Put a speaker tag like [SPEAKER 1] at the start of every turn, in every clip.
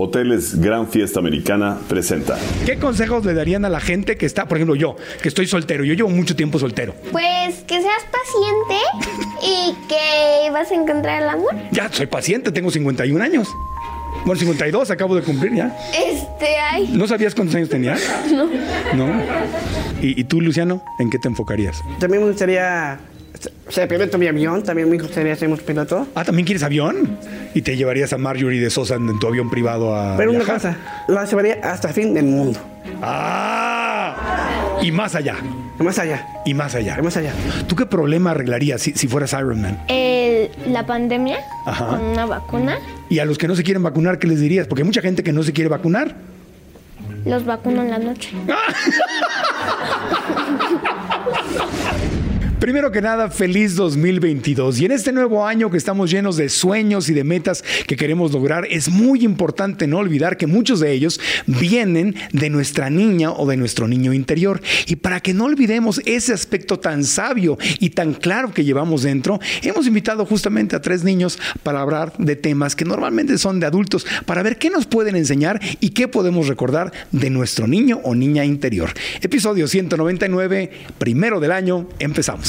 [SPEAKER 1] Hoteles Gran Fiesta Americana presenta.
[SPEAKER 2] ¿Qué consejos le darían a la gente que está, por ejemplo, yo, que estoy soltero? Yo llevo mucho tiempo soltero.
[SPEAKER 3] Pues que seas paciente y que vas a encontrar el amor.
[SPEAKER 2] Ya soy paciente, tengo 51 años. Bueno, 52 acabo de cumplir ya.
[SPEAKER 3] Este, ay,
[SPEAKER 2] ¿No sabías cuántos años tenías? No. ¿No? ¿Y, y tú, Luciano, en qué te enfocarías?
[SPEAKER 4] También me gustaría ser piloto de avión, también me gustaría ser un piloto.
[SPEAKER 2] Ah, ¿también quieres avión? ¿Y te llevarías a Marjorie de Sosa en, en tu avión privado a
[SPEAKER 4] Pero una
[SPEAKER 2] Ah, viajar?
[SPEAKER 4] cosa, la llevaría hasta el fin del mundo.
[SPEAKER 2] ¡Ah! Y más allá.
[SPEAKER 4] Y Más allá,
[SPEAKER 2] Y más allá.
[SPEAKER 4] y más allá.
[SPEAKER 2] ¿Tú qué problema arreglarías si, si fueras Iron Man?
[SPEAKER 3] el- la pandemia
[SPEAKER 2] Ajá.
[SPEAKER 3] con una vacuna,
[SPEAKER 2] Y a los que no se quieren vacunar, ¿qué les dirías? Porque hay mucha gente que no se quiere vacunar.
[SPEAKER 3] los vacuno en la noche.
[SPEAKER 2] Primero que nada, feliz 2022. Y en este nuevo año que estamos llenos de sueños y de metas que queremos lograr, es muy importante no olvidar que muchos de ellos vienen de nuestra niña o de nuestro niño interior. Y para que no olvidemos ese aspecto tan sabio y tan claro que llevamos dentro, hemos invitado justamente a tres niños para hablar de temas que normalmente son de adultos, para ver qué nos pueden enseñar y qué podemos recordar de nuestro niño o niña interior. Episodio 199, primero del año, empezamos.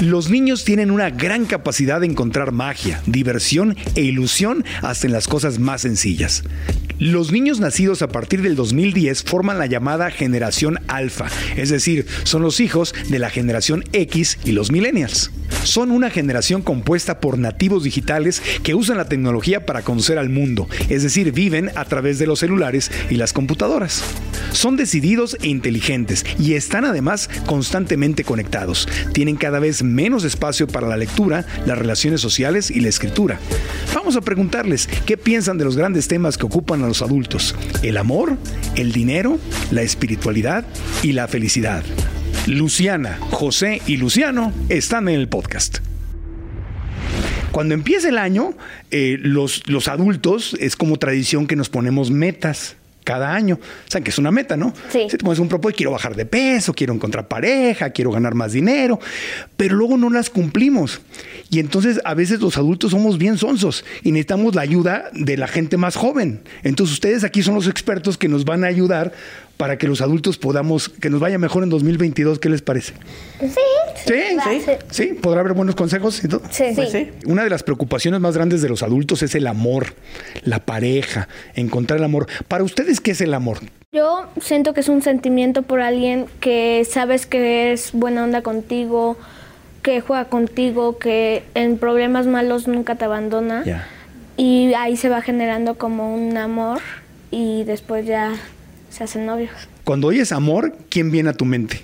[SPEAKER 2] Los niños tienen una gran capacidad de encontrar magia, diversión e ilusión hasta en las cosas más sencillas. Los niños nacidos a partir del 2010 forman la llamada generación alfa, es decir, son los hijos de la generación X y los millennials. Son una generación compuesta por nativos digitales que usan la tecnología para conocer al mundo, es decir, viven a través de los celulares y las computadoras. Son decididos e inteligentes y están además constantemente conectados. Tienen cada vez menos espacio para la lectura, las relaciones sociales y la escritura. Vamos a preguntarles qué piensan de los grandes temas que ocupan a los adultos. El amor, el dinero, la espiritualidad y la felicidad. Luciana, José y Luciano están en el podcast. Cuando empieza el año, eh, los, los adultos es como tradición que nos ponemos metas cada año. Saben que es una meta, ¿no?
[SPEAKER 3] Sí.
[SPEAKER 2] Si te pones un propósito, quiero bajar de peso, quiero encontrar pareja, quiero ganar más dinero, pero luego no las cumplimos. Y entonces a veces los adultos somos bien sonsos y necesitamos la ayuda de la gente más joven. Entonces ustedes aquí son los expertos que nos van a ayudar para que los adultos podamos, que nos vaya mejor en 2022. ¿Qué les parece?
[SPEAKER 3] Sí,
[SPEAKER 2] Sí,
[SPEAKER 3] va.
[SPEAKER 2] sí. Sí, podrá haber buenos consejos y todo.
[SPEAKER 3] Sí.
[SPEAKER 4] Pues sí.
[SPEAKER 2] Una de las preocupaciones más grandes de los adultos es el amor, la pareja, encontrar el amor. Para ustedes, ¿qué es el amor?
[SPEAKER 3] Yo siento que es un sentimiento por alguien que sabes que es buena onda contigo, que juega contigo, que en problemas malos nunca te abandona. Y ahí se va generando como un amor y después ya se hacen novios.
[SPEAKER 2] Cuando oyes amor, ¿quién viene a tu mente?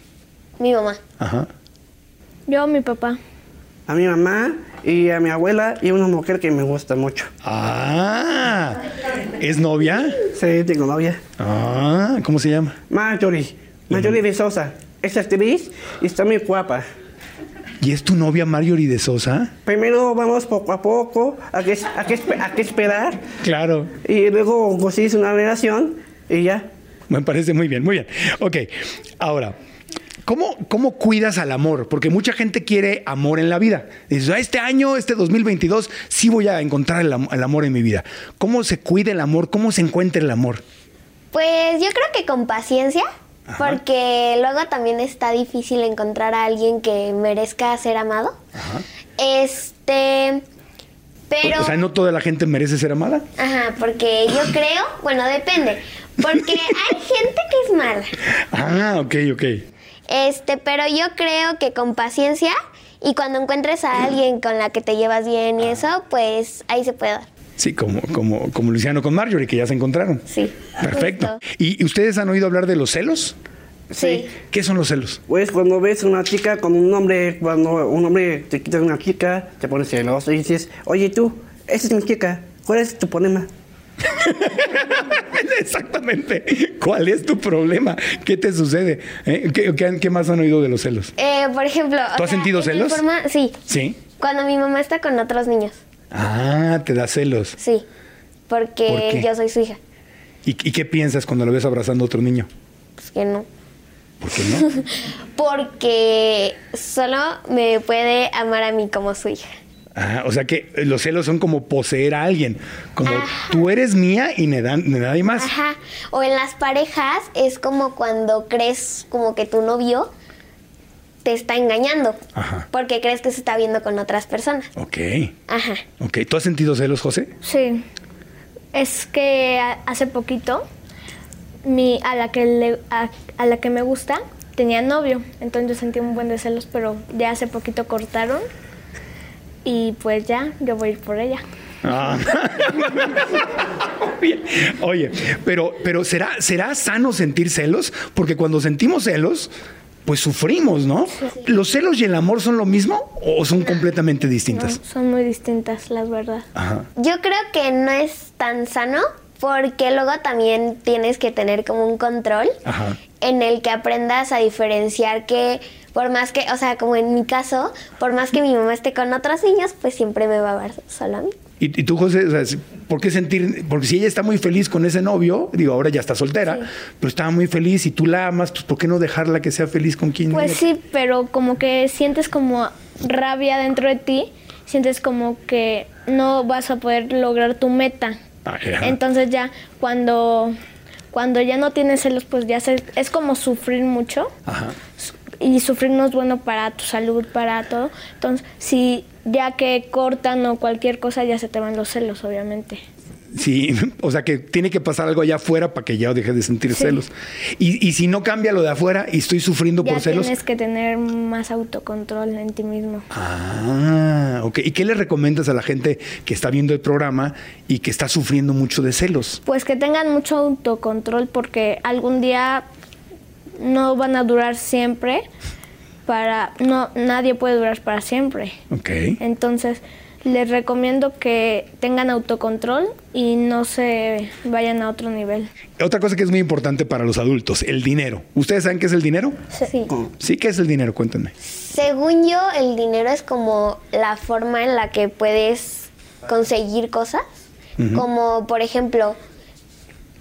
[SPEAKER 3] Mi mamá.
[SPEAKER 2] Ajá.
[SPEAKER 3] Yo, mi papá.
[SPEAKER 4] A mi mamá y a mi abuela y a una mujer que me gusta mucho.
[SPEAKER 2] Ah, ¿es novia?
[SPEAKER 4] Sí, tengo novia.
[SPEAKER 2] Ah, ¿cómo se llama?
[SPEAKER 4] Marjorie, Marjorie de Sosa. Es actriz y está muy guapa.
[SPEAKER 2] ¿Y es tu novia Marjorie de Sosa?
[SPEAKER 4] Primero vamos poco a poco, a que a qué espe- a qué esperar.
[SPEAKER 2] Claro.
[SPEAKER 4] Y luego consigues una relación y ya.
[SPEAKER 2] Me parece muy bien, muy bien. Ok, ahora, ¿cómo, ¿cómo cuidas al amor? Porque mucha gente quiere amor en la vida. Dices, "Ah, este año, este 2022, sí voy a encontrar el, am- el amor en mi vida. ¿Cómo se cuida el amor? ¿Cómo se encuentra el amor?
[SPEAKER 5] Pues yo creo que con paciencia,
[SPEAKER 2] Ajá.
[SPEAKER 5] porque luego también está difícil encontrar a alguien que merezca ser amado. Este, pero...
[SPEAKER 2] Pues, O sea, no toda la gente merece ser amada.
[SPEAKER 5] Ajá, porque yo creo, bueno, depende, porque hay gente que es mala.
[SPEAKER 2] Ah, ok, ok.
[SPEAKER 5] Este, pero yo creo que con paciencia y cuando encuentres a alguien con la que te llevas bien
[SPEAKER 2] Ah.
[SPEAKER 5] y eso, pues ahí se puede dar.
[SPEAKER 2] Sí, como, como, como Luciano con Marjorie, que ya se encontraron.
[SPEAKER 5] Sí.
[SPEAKER 2] Perfecto.
[SPEAKER 5] Justo.
[SPEAKER 2] ¿Y y ustedes han oído hablar de los celos?
[SPEAKER 5] Sí.
[SPEAKER 2] ¿Qué son los celos?
[SPEAKER 4] Pues cuando ves una chica con un hombre, cuando un hombre te quita una chica, te pones celoso y dices, oye tú, esa es mi chica, ¿cuál es tu problema?
[SPEAKER 2] Exactamente. ¿Cuál es tu problema? ¿Qué te sucede? ¿Eh? ¿Qué, qué, qué más han oído de los celos?
[SPEAKER 5] Eh, por ejemplo.
[SPEAKER 2] ¿Tú has sentido
[SPEAKER 5] en mi
[SPEAKER 2] celos?
[SPEAKER 5] forma- sí.
[SPEAKER 2] Sí.
[SPEAKER 5] Cuando mi mamá está con otros niños.
[SPEAKER 2] Ah, te da celos.
[SPEAKER 5] Sí. Porque
[SPEAKER 2] ¿Por qué?
[SPEAKER 5] yo soy su hija.
[SPEAKER 2] ¿Y, y qué piensas cuando lo ves abrazando a otro niño?
[SPEAKER 5] Pues que no.
[SPEAKER 2] ¿Por qué no?
[SPEAKER 5] Porque solo me puede amar a mí como su hija.
[SPEAKER 2] Ah, o sea que los celos son como poseer a alguien. Como tú eres mía y ne dan- ne nadie más.
[SPEAKER 5] Ajá. O en las parejas es como cuando crees como que tu novio te está engañando.
[SPEAKER 2] Ajá.
[SPEAKER 5] Porque crees que se está viendo con otras personas.
[SPEAKER 2] Ok.
[SPEAKER 5] Ajá.
[SPEAKER 2] Ok. ¿Tú has sentido celos, José?
[SPEAKER 3] Sí. Es que a- hace poquito mi a la que le- a, a la que me gusta tenía novio, entonces yo sentí un buen de celos, pero ya hace poquito cortaron y pues ya yo voy a ir por ella.
[SPEAKER 2] Ah. Bien. Oye, pero, pero ¿será, ¿será sano sentir celos? Porque cuando sentimos celos, pues sufrimos, ¿no? ¿Los celos y el amor son lo mismo o son completamente
[SPEAKER 3] No,
[SPEAKER 2] distintas?
[SPEAKER 3] son muy distintas, la verdad.
[SPEAKER 2] Ajá.
[SPEAKER 5] Yo creo que no es tan sano porque luego también tienes que tener como un control
[SPEAKER 2] Ajá.
[SPEAKER 5] en el que aprendas a diferenciar que por más que, o sea, como en mi caso, por más que mi mamá esté con otros niños, pues siempre me va a amar solo a mí.
[SPEAKER 2] ¿Y, y tú, José, o sea, si- ¿por qué sentir? Porque si ella está muy feliz con ese novio, digo, ahora ya está soltera, pero estaba muy feliz y tú la amas, pues ¿por qué no dejarla que sea feliz con quien
[SPEAKER 3] Pues
[SPEAKER 2] ella-
[SPEAKER 3] sí, pero como que sientes como rabia dentro de ti, sientes como que no vas a poder lograr tu meta.
[SPEAKER 2] Ajá.
[SPEAKER 3] Entonces ya cuando cuando ya no tienes celos, pues ya se- es como sufrir mucho
[SPEAKER 2] Ajá.
[SPEAKER 3] y sufrir no es bueno para tu salud, para todo. Entonces, si ya que cortan o cualquier cosa ya se te van los celos, obviamente.
[SPEAKER 2] Sí, o sea que tiene que pasar algo allá afuera para que ya deje de sentir
[SPEAKER 3] Sí.
[SPEAKER 2] celos. Y, y si no cambia lo de afuera y estoy sufriendo
[SPEAKER 3] Ya
[SPEAKER 2] por celos.
[SPEAKER 3] tienes que tener más autocontrol en ti mismo.
[SPEAKER 2] Ah, ok. ¿Y qué le recomiendas a la gente que está viendo el programa y que está sufriendo mucho de celos?
[SPEAKER 3] Pues que tengan mucho autocontrol porque algún día no van a durar siempre para no nadie puede durar para siempre.
[SPEAKER 2] Ok.
[SPEAKER 3] Entonces, les recomiendo que tengan autocontrol y no se vayan a otro nivel.
[SPEAKER 2] Otra cosa que es muy importante para los adultos, el dinero. ¿Ustedes saben qué es el dinero?
[SPEAKER 5] Sí.
[SPEAKER 2] Sí, ¿qué es el dinero? Cuéntenme.
[SPEAKER 5] Según yo, el dinero es como la forma en la que puedes conseguir cosas. Como, por ejemplo,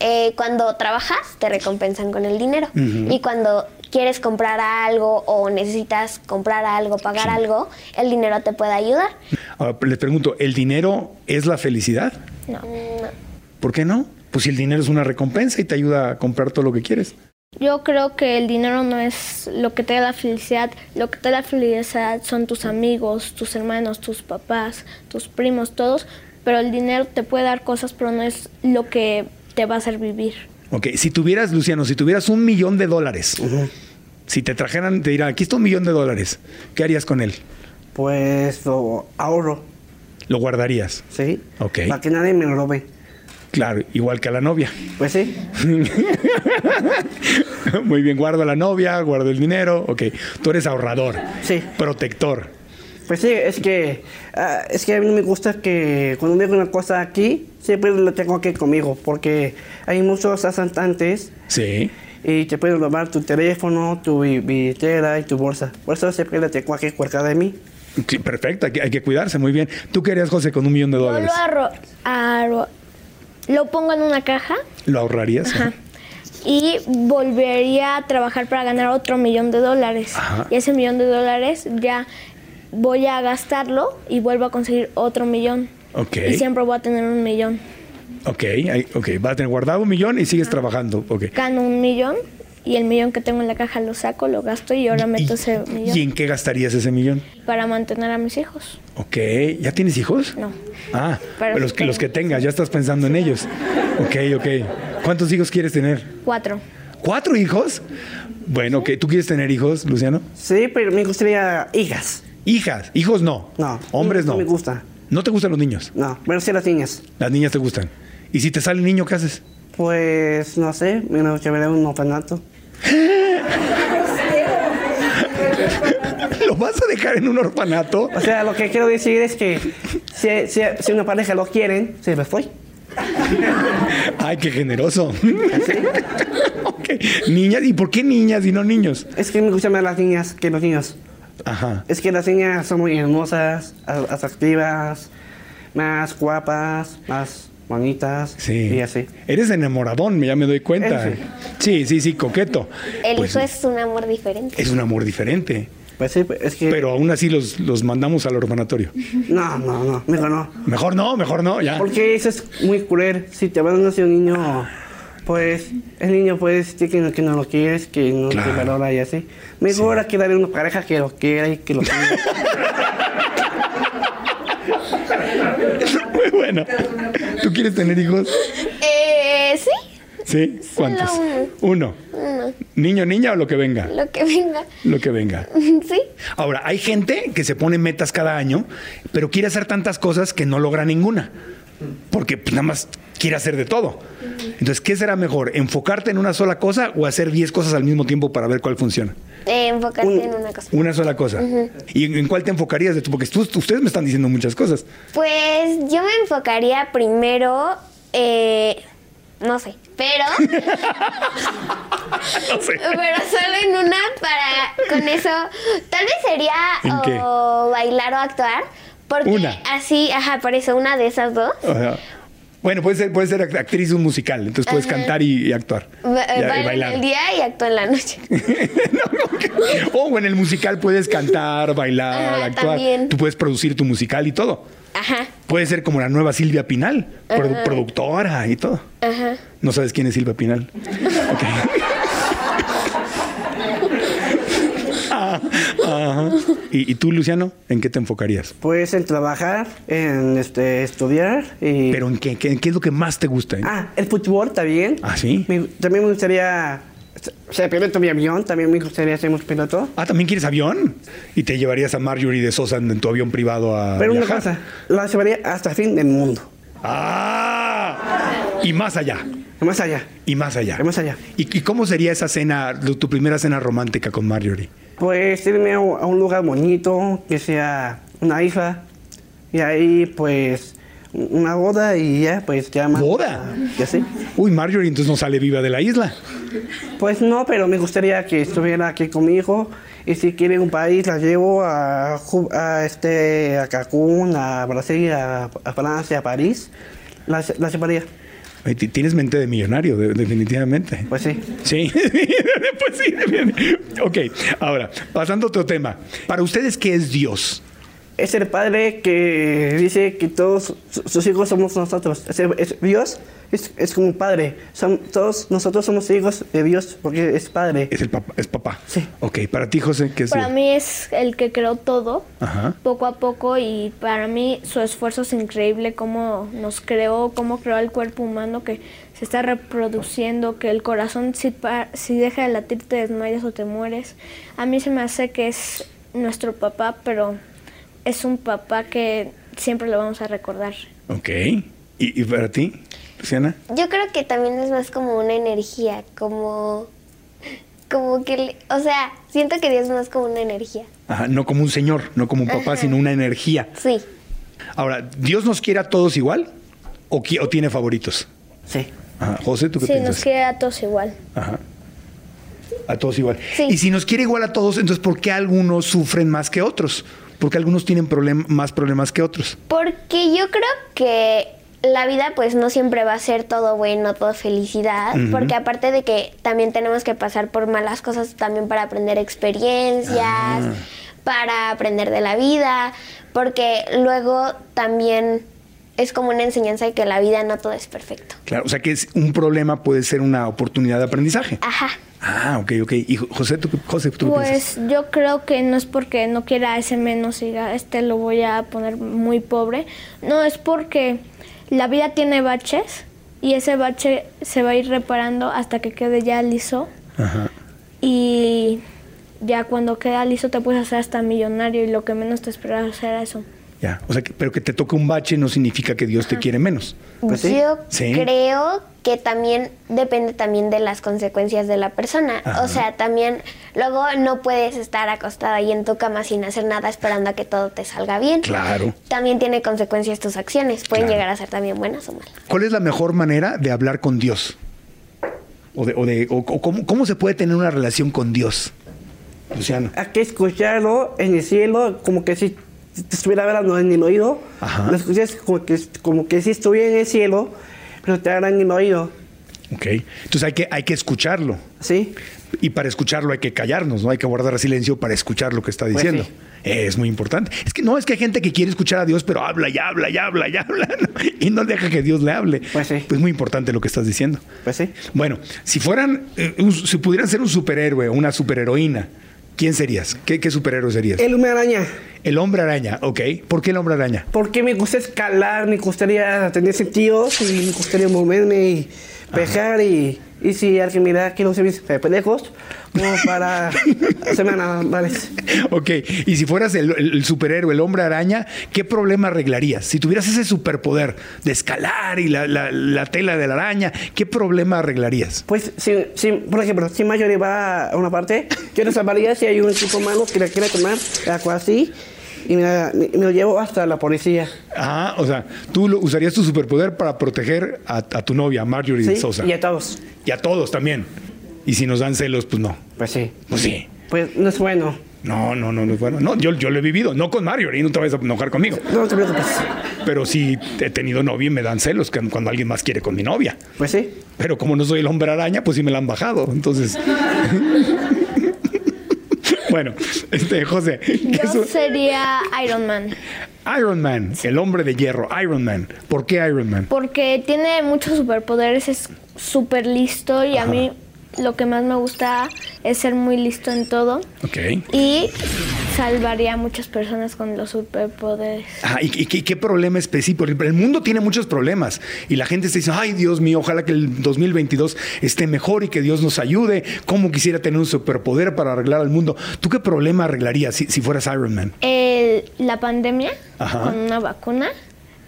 [SPEAKER 5] eh, cuando trabajas, te recompensan con el dinero. Y cuando quieres comprar algo o necesitas comprar algo, pagar algo, el dinero te puede ayudar.
[SPEAKER 2] Ahora, les pregunto, ¿el dinero es la felicidad?
[SPEAKER 3] No.
[SPEAKER 2] ¿Por qué no? Pues si el dinero es una recompensa y te ayuda a comprar todo lo que quieres.
[SPEAKER 3] Yo creo que el dinero no es lo que te da la felicidad. Lo que te da la felicidad son tus amigos, tus hermanos, tus papás, tus primos, todos. Pero el dinero te puede dar cosas, pero no es lo que te va a hacer vivir.
[SPEAKER 2] Ok, si tuvieras, Luciano, si tuvieras un millón de dólares, si te trajeran, te dirán, aquí está un millón de dólares, ¿qué harías con él?
[SPEAKER 4] Pues lo ahorro,
[SPEAKER 2] ¿Lo guardarías?
[SPEAKER 4] ¿sí?
[SPEAKER 2] Ok.
[SPEAKER 4] Para que nadie me lo robe.
[SPEAKER 2] Claro, igual que a la novia.
[SPEAKER 4] Pues sí.
[SPEAKER 2] Muy bien, guardo a la novia, guardo el dinero. Ok, tú eres ahorrador.
[SPEAKER 4] Sí.
[SPEAKER 2] Protector.
[SPEAKER 4] Pues sí, es que, ah, es que a mí me gusta que cuando veo una cosa aquí, siempre lo tengo aquí conmigo, porque hay muchos asaltantes
[SPEAKER 2] Sí.
[SPEAKER 4] y te pueden robar tu teléfono, tu bi- billetera y tu bolsa. Por eso siempre la tengo aquí cuerda de mí.
[SPEAKER 2] Sí, Perfecto, hay que, hay que cuidarse muy bien. ¿Tú qué harías, José, con un millón de
[SPEAKER 3] Yo
[SPEAKER 2] dólares?
[SPEAKER 3] lo arro- arro- lo pongo en una caja
[SPEAKER 2] ¿Lo ahorrarías?
[SPEAKER 3] ajá, y volvería a trabajar para ganar otro millón de dólares.
[SPEAKER 2] Ajá.
[SPEAKER 3] Y ese millón de dólares ya voy a gastarlo y vuelvo a conseguir otro millón.
[SPEAKER 2] Ok.
[SPEAKER 3] Y siempre voy a tener un millón.
[SPEAKER 2] Ok, ahí- ok. Vas a tener guardado un millón y sigues trabajando. Ok.
[SPEAKER 3] Gano un millón y el millón que tengo en la caja lo saco, lo gasto y ahora meto ese millón
[SPEAKER 2] ¿Y en qué gastarías ese millón?
[SPEAKER 3] para mantener a mis hijos.
[SPEAKER 2] Ok, ¿ya tienes hijos?
[SPEAKER 3] No.
[SPEAKER 2] Ah,
[SPEAKER 3] Pero
[SPEAKER 2] los, que,
[SPEAKER 3] sí
[SPEAKER 2] los que
[SPEAKER 3] tengo.
[SPEAKER 2] tengas, ya estás pensando en ellos. Ok, ok. ¿Cuántos hijos quieres tener?
[SPEAKER 3] Cuatro.
[SPEAKER 2] ¿Cuatro hijos? Bueno, ok. ¿Tú quieres tener hijos, Luciano?
[SPEAKER 4] Sí, pero me gustaría hijas.
[SPEAKER 2] Hijas, hijos no.
[SPEAKER 4] No.
[SPEAKER 2] Hombres no.
[SPEAKER 4] No me gusta.
[SPEAKER 2] ¿No te gustan los niños?
[SPEAKER 4] No, pero sí las niñas.
[SPEAKER 2] Las niñas te gustan. ¿Y si te sale el niño, qué haces?
[SPEAKER 4] Pues no sé, me lo llevaré a un orfanato.
[SPEAKER 2] ¿Lo vas a dejar en un orfanato?
[SPEAKER 4] O sea, lo que quiero decir es que si, si, si una pareja lo quieren, se me fue.
[SPEAKER 2] Ay, qué generoso. Ok. Niñas, ¿y por qué niñas y no niños?
[SPEAKER 4] Es que me gustan más las niñas que los niños.
[SPEAKER 2] Ajá.
[SPEAKER 4] Es que las niñas son muy hermosas, a- atractivas, más guapas, más bonitas.
[SPEAKER 2] Sí.
[SPEAKER 4] Y así.
[SPEAKER 2] Eres enamoradón, ya me doy cuenta.
[SPEAKER 4] Eso
[SPEAKER 2] Sí, sí, sí, coqueto.
[SPEAKER 5] El
[SPEAKER 2] Pues,
[SPEAKER 5] hijo es un amor diferente.
[SPEAKER 2] es un amor diferente.
[SPEAKER 4] Pues sí, pues, es que.
[SPEAKER 2] Pero aún así los, los mandamos al orfanatorio.
[SPEAKER 4] No, no, no, mejor no.
[SPEAKER 2] Mejor no, mejor no, ya.
[SPEAKER 4] Porque eso es muy cruel. Si te van a un niño, pues el niño puede decir que no, que no lo quieres, que no
[SPEAKER 2] Claro.
[SPEAKER 4] te valora y así. Mejor hay que darle una pareja que lo quiera y que lo quiera.
[SPEAKER 2] Muy bueno. ¿Tú quieres tener hijos?
[SPEAKER 5] Eh, sí,
[SPEAKER 2] ¿Sí?
[SPEAKER 5] Solo
[SPEAKER 2] ¿Cuántos? Uno. ¿Niño, niña o lo que venga?
[SPEAKER 5] lo que venga.
[SPEAKER 2] Lo que venga.
[SPEAKER 5] Sí,
[SPEAKER 2] Ahora, hay gente que se pone metas cada año, pero quiere hacer tantas cosas que no logra ninguna. Porque pues, nada más quiere hacer de todo. Entonces, ¿qué será mejor? ¿Enfocarte en una sola cosa o hacer 10 cosas al mismo tiempo para ver cuál funciona?
[SPEAKER 5] eh, enfocarte en una cosa.
[SPEAKER 2] Una sola cosa. ¿Y en- en cuál te enfocarías de tú? Porque tú- ustedes me están diciendo muchas cosas.
[SPEAKER 5] Pues yo me enfocaría primero, eh, no sé, pero,
[SPEAKER 2] No sé.
[SPEAKER 5] pero solo en una para con eso. Tal vez sería
[SPEAKER 2] ¿En qué?
[SPEAKER 5] o bailar o actuar, porque
[SPEAKER 2] Una.
[SPEAKER 5] así, ajá, por eso una de esas dos.
[SPEAKER 2] O sea, bueno, puedes ser, puedes ser act- actriz de un musical, entonces puedes cantar y, y actuar.
[SPEAKER 5] Ba-
[SPEAKER 2] Y- y
[SPEAKER 5] bailo en eh, el día y actúo en la noche.
[SPEAKER 2] O en el musical puedes cantar, bailar,
[SPEAKER 5] Ajá,
[SPEAKER 2] actuar.
[SPEAKER 5] también.
[SPEAKER 2] Tú puedes producir tu musical y todo.
[SPEAKER 5] Ajá,
[SPEAKER 2] Puedes ser como la nueva Silvia Pinal, produ- productora y todo.
[SPEAKER 5] ajá.
[SPEAKER 2] No sabes quién es Silvia Pinal. Ok. Ah, ajá. ¿Y, y tú, Luciano, en qué te enfocarías?
[SPEAKER 4] pues en trabajar, en este, estudiar y.
[SPEAKER 2] ¿Pero en qué, qué, qué es lo que más te gusta? eh?
[SPEAKER 4] Ah, el fútbol también.
[SPEAKER 2] Ah, ¿sí?
[SPEAKER 4] Me- también me gustaría se- ser piloto de avión, también me gustaría ser un piloto.
[SPEAKER 2] Ah, ¿también quieres avión? ¿Y te llevarías a Marjorie de Sosa en tu avión privado a
[SPEAKER 4] Pero una
[SPEAKER 2] Ah, viajar?
[SPEAKER 4] cosa, la llevaría hasta el fin del mundo.
[SPEAKER 2] ¡Ah! Y más allá.
[SPEAKER 4] Más allá.
[SPEAKER 2] Y más allá.
[SPEAKER 4] Y más allá.
[SPEAKER 2] ¿Y, y cómo sería esa cena, lo- tu primera cena romántica con Marjorie?
[SPEAKER 4] Pues irme a un a un lugar bonito, que sea una isla, y ahí pues una boda y ya, pues ya más.
[SPEAKER 2] ¿Boda?
[SPEAKER 4] Ya sí.
[SPEAKER 2] Uy, Marjorie entonces no sale viva de la isla.
[SPEAKER 4] Pues no, pero me gustaría que estuviera aquí conmigo. Y si quiere un país, la llevo a, Ju- a, este, a Cancún, a Brasil, a, a Francia, a París. La, la llevaría.
[SPEAKER 2] Ay, ti- Tienes mente de millonario, de- definitivamente.
[SPEAKER 4] Pues sí.
[SPEAKER 2] Sí, pues sí. bien. Ok, ahora, pasando a otro tema. Para ustedes, ¿qué es Dios?
[SPEAKER 4] Es el padre que dice que todos su- sus hijos somos nosotros. Es el- es- Dios es, es como un padre. Son, todos nosotros somos hijos de Dios porque es padre.
[SPEAKER 2] Es el papá. Es papá.
[SPEAKER 4] Sí.
[SPEAKER 2] Ok, para ti, José, ¿qué es
[SPEAKER 3] Para
[SPEAKER 2] Dios?
[SPEAKER 3] mí es el que creó todo,
[SPEAKER 2] Ajá.
[SPEAKER 3] poco a poco, y para mí su esfuerzo es increíble, cómo nos creó, cómo creó el cuerpo humano que se está reproduciendo, que el corazón si, pa- si deja de latir te desmayas o te mueres. A mí se me hace que es nuestro papá, pero es un papá que siempre lo vamos a recordar.
[SPEAKER 2] Ok. ¿Y, y para ti, Luciana?
[SPEAKER 5] Yo creo que también es más como una energía, como, como que, le- o sea, siento que Dios es más como una energía.
[SPEAKER 2] Ajá, no como un señor, no como un papá, sino una energía.
[SPEAKER 5] Sí,
[SPEAKER 2] Ahora, ¿Dios nos quiere a todos igual? ¿O, qui- o tiene favoritos?
[SPEAKER 4] Sí.
[SPEAKER 2] Ajá. José, ¿tú qué
[SPEAKER 3] Sí,
[SPEAKER 2] piensas?
[SPEAKER 3] nos quiere a todos igual.
[SPEAKER 2] Ajá. A todos igual.
[SPEAKER 5] Sí.
[SPEAKER 2] Y si nos quiere igual a todos, entonces ¿por qué algunos sufren más que otros? ¿Por qué algunos tienen problem- más problemas que otros?
[SPEAKER 5] porque yo creo que la vida pues no siempre va a ser todo bueno, todo felicidad,
[SPEAKER 2] Ujú.
[SPEAKER 5] porque aparte de que también tenemos que pasar por malas cosas también para aprender experiencias, para aprender de la vida, porque luego también es como una enseñanza de que la vida no todo es perfecto.
[SPEAKER 2] Claro, o sea que es un problema puede ser una oportunidad de aprendizaje.
[SPEAKER 5] Ajá.
[SPEAKER 2] Ah, ok, ok. Y Jo- José, ¿tú, qué- José, ¿tú qué piensas?
[SPEAKER 3] Pues yo creo que no es porque no quiera ese menos y diga, este lo voy a poner muy pobre. No, es porque la vida tiene baches y ese bache se va a ir reparando hasta que quede ya liso.
[SPEAKER 2] Ajá.
[SPEAKER 3] Y ya cuando queda liso te puedes hacer hasta millonario y lo que menos te esperas era eso.
[SPEAKER 2] Ya. O sea, que- pero que te toque un bache no significa que Dios te quiere menos.
[SPEAKER 4] Pues sí.
[SPEAKER 5] Yo
[SPEAKER 2] Sí.
[SPEAKER 5] creo que también depende también de las consecuencias de la persona.
[SPEAKER 2] Ajá.
[SPEAKER 5] O sea, también luego no puedes estar acostada ahí en tu cama sin hacer nada esperando a que todo te salga bien.
[SPEAKER 2] Claro.
[SPEAKER 5] También tiene consecuencias tus acciones. Pueden
[SPEAKER 2] Claro.
[SPEAKER 5] llegar a ser también buenas o malas.
[SPEAKER 2] ¿Cuál es la mejor manera de hablar con Dios? ¿O, de, o, de- o- o cómo, cómo se puede tener una relación con Dios? Luciano.
[SPEAKER 4] Hay que escucharlo en el cielo, como que si te estuviera hablando en el oído.
[SPEAKER 2] Ajá.
[SPEAKER 4] Lo escuchas como que, como que si estuviera en el cielo, pero te hablan en el oído.
[SPEAKER 2] Ok. Entonces hay que, hay que escucharlo.
[SPEAKER 4] ¿Sí?
[SPEAKER 2] Y para escucharlo hay que callarnos, ¿no? Hay que guardar silencio para escuchar lo que está
[SPEAKER 4] Pues
[SPEAKER 2] diciendo.
[SPEAKER 4] sí.
[SPEAKER 2] Eh, Es muy importante. Es que no, es que hay gente que quiere escuchar a Dios, pero habla y habla y habla y habla, ¿no? Y no deja que Dios le hable.
[SPEAKER 4] Pues sí.
[SPEAKER 2] muy importante lo que estás diciendo.
[SPEAKER 4] Pues sí.
[SPEAKER 2] Bueno, si fueran, eh, un- si pudieran ser un superhéroe o una superheroína, ¿quién serías? ¿Qué, qué superhéroe serías?
[SPEAKER 4] El hombre araña.
[SPEAKER 2] El hombre araña, ok. ¿Por qué el hombre araña?
[SPEAKER 4] Porque me gusta escalar, me gustaría tener sentidos y me gustaría moverme y pejar y, y si alguien me da que no se ve pendejos, como para hacerme anormales.
[SPEAKER 2] Ok, y si fueras el, el- el superhéroe, el hombre araña, ¿qué problema arreglarías? Si tuvieras ese superpoder de escalar y la, la- la tela de la araña, ¿qué problema arreglarías?
[SPEAKER 4] Pues, si, si, por ejemplo, si Mayori va a una parte, yo no salvaría si hay un tipo malo que la quiera tomar, la hago así y me, la- me- me lo llevo hasta la policía.
[SPEAKER 2] Ah, o sea, tú lo- usarías tu superpoder para proteger a, a tu novia, Marjorie
[SPEAKER 4] ¿sí?
[SPEAKER 2] Sosa.
[SPEAKER 4] Y a todos.
[SPEAKER 2] y a todos también. Y si nos dan celos, pues no.
[SPEAKER 4] Pues sí.
[SPEAKER 2] Pues sí.
[SPEAKER 4] Pues no es bueno.
[SPEAKER 2] No, no, no, no es bueno. No, yo, yo lo he vivido, no con Mario, y no te vayas a enojar conmigo.
[SPEAKER 4] No te preocupes.
[SPEAKER 2] Pero sí he tenido novia y me dan celos que- cuando alguien más quiere con mi novia.
[SPEAKER 4] Pues sí.
[SPEAKER 2] Pero como no soy el hombre araña, pues sí me la han bajado. Entonces. bueno, este, José, ¿qué es
[SPEAKER 3] Yo
[SPEAKER 2] un-
[SPEAKER 3] sería Iron Man,
[SPEAKER 2] Iron Man, el hombre de hierro, Iron Man. ¿Por qué Iron Man?
[SPEAKER 3] porque tiene muchos superpoderes, es súper listo y
[SPEAKER 2] Ajá.
[SPEAKER 3] a mí lo que más me gusta es ser muy listo en todo
[SPEAKER 2] Ok.
[SPEAKER 3] y salvaría a muchas personas con los superpoderes.
[SPEAKER 2] Ah, ¿y, y qué- qué problema específico? El el mundo tiene muchos problemas y la gente se dice, ay Dios mío, ojalá que el 2022 esté mejor y que Dios nos ayude. ¿Cómo quisiera tener un superpoder para arreglar al mundo? ¿Tú qué problema arreglarías si, si fueras Iron Man?
[SPEAKER 3] El- la pandemia
[SPEAKER 2] Ajá.
[SPEAKER 3] con una vacuna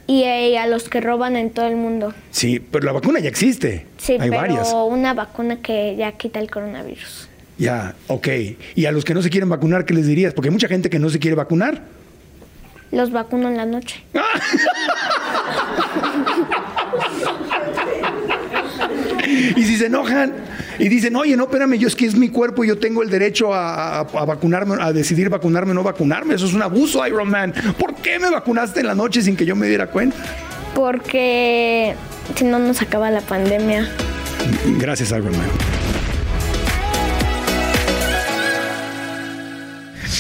[SPEAKER 3] y eh, a los que roban en todo el mundo.
[SPEAKER 2] Sí, pero la vacuna ya existe.
[SPEAKER 3] Sí,
[SPEAKER 2] Hay
[SPEAKER 3] pero
[SPEAKER 2] varias.
[SPEAKER 3] una vacuna que ya quita el coronavirus.
[SPEAKER 2] Ya, ok. Y a los que no se quieren vacunar, ¿qué les dirías? Porque hay mucha gente que no se quiere vacunar.
[SPEAKER 3] Los vacuno en la noche.
[SPEAKER 2] Y si se enojan y dicen, oye, no, espérame, yo es que es mi cuerpo y yo tengo el derecho a, a- a vacunarme, a decidir vacunarme o no vacunarme. Eso es un abuso, Iron Man. ¿Por qué me vacunaste en la noche sin que yo me diera cuenta?
[SPEAKER 3] Porque si no nos acaba la pandemia.
[SPEAKER 2] Gracias, Iron Man.